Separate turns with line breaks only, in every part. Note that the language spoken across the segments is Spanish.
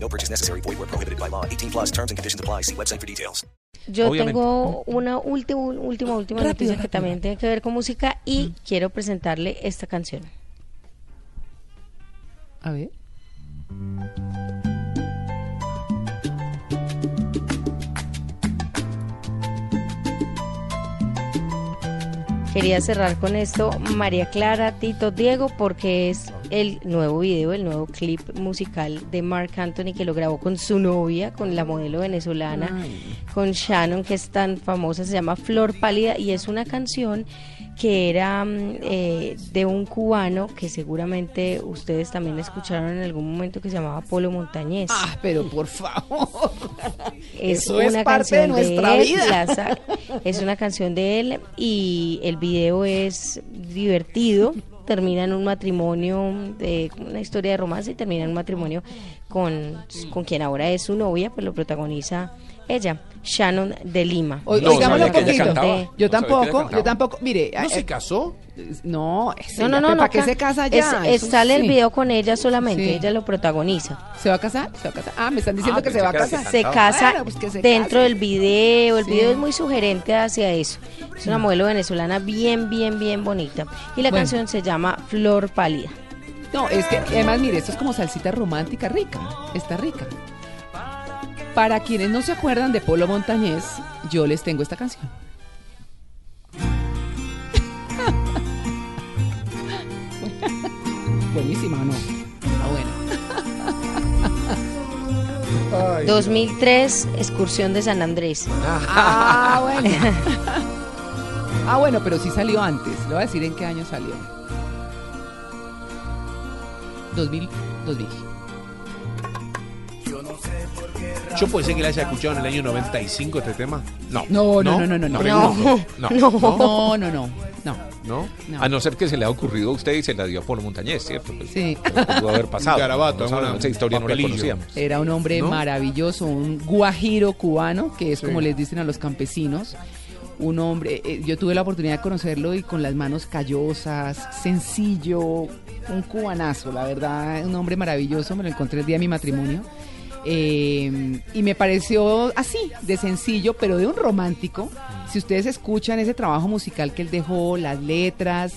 No purchase necessary. Void where prohibited by law. 18 plus terms and conditions apply. See website for details.
Yo
Obviamente.
tengo una última, última, última
Rápido,
noticia que
rápido.
también tiene que ver con música y quiero presentarle esta canción.
A ver.
Quería cerrar con esto María Clara, Tito, Diego, porque es el nuevo video, el nuevo clip musical de Mark Anthony que lo grabó con su novia, con la modelo venezolana, con Shannon, que es tan famosa, se llama Flor Pálida y es una canción que era mm, eh, de un cubano que seguramente ustedes también escucharon en algún momento que se llamaba Polo Montañés.
Ah, pero por favor.
Es
Eso
una
es parte de
canción
nuestra
él,
vida.
la sa- es una canción de él y el video es divertido. Termina en un matrimonio, de, una historia de romance y termina en un matrimonio con, con quien ahora es su novia, pues lo protagoniza ella, Shannon de Lima.
O-
No,
oigámoslo
sabía que ella
poquito. Yo
cantaba. No sabía que ella
tampoco,
cantaba.
yo tampoco. Mire,
¿No
eh,
se casó?
no, ese
No, no,
ya,
no.
¿Para
no,
qué
ca-
se casa
es-
ya?
es-
Eso
sale el
sí.
video con ella solamente,
Sí.
ella lo protagoniza.
¿Se va a casar? ¿Se va a casar? Ah, me están diciendo
Ah,
que se
pensé
va a
que era que
casar.
se
Cantaba.
casa
Bueno, pues que se
dentro
case.
del video. El
Sí.
video es muy sugerente hacia eso. Es
Mm.
una modelo venezolana bien, bien, bien bonita. Y la
Bueno.
canción se llama Flor Pálida.
No, es que además, mire, esto es como salsita romántica rica. Está rica. Para quienes no se acuerdan de Polo Montañés, yo les tengo esta canción. Buenísima, ¿no? Ah, Está buena.
2003, Excursión de San Andrés.
Ah, bueno. ah, bueno, pero sí salió antes. Le voy a decir en qué año salió. 2000, 2000.
Yo pensé que la haya escuchado en el año 95 este tema. No.
No, no, no, no, no, no.
Pregunto.
No,
no.
No, no, no. No.
¿No?
No.
A no ser que se le ha ocurrido a usted y se la dio a Polo Montañés, ¿cierto? Pues,
Sí.
Pudo haber pasado.
Un garabato,
No sabemos,
una-
esa historia no la
papelillo.
conocíamos.
Era un hombre
¿No?
maravilloso, un guajiro cubano, que es
Sí.
como les dicen a los campesinos. Un hombre, eh, yo tuve la oportunidad de conocerlo y con las manos callosas, sencillo, un cubanazo, la verdad, un hombre maravilloso, me lo encontré el día de mi matrimonio. Eh, y me pareció así, de sencillo, pero de un romántico.
Mm.
Si ustedes escuchan ese trabajo musical que él dejó, las letras,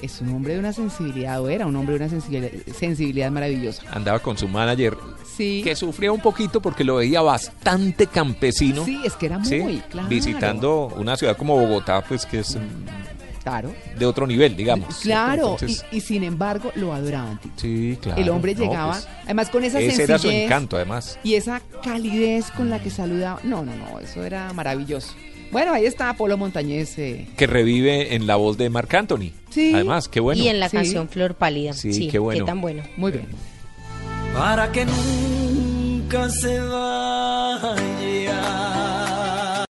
es un hombre de una sensibilidad, o era un hombre de una sensibil- sensibilidad maravillosa.
Andaba con su manager,
Sí.
que sufría un poquito porque lo veía bastante campesino.
Sí, es que era muy,
¿sí?
claro.
Visitando una ciudad como Bogotá, pues que es mm,
Claro.
de otro nivel, digamos. ¿cierto?
Claro, y-
Entonces,
y, sin embargo lo adoraban. Tito.
sí, claro.
El hombre
No,
llegaba,
pues,
además con esa
ese
sencillez
era su encanto, además.
y esa calidez con la que saludaba. No, no, no, eso era maravilloso. Bueno, ahí está Polo Montañés. eh.
Que revive en la voz de Marc Anthony.
Sí.
Además, qué bueno.
y en la
sí.
canción Flor Pálida.
Sí,
Sí,
qué bueno.
tan bueno.
Muy bien.
para que nunca se vaya.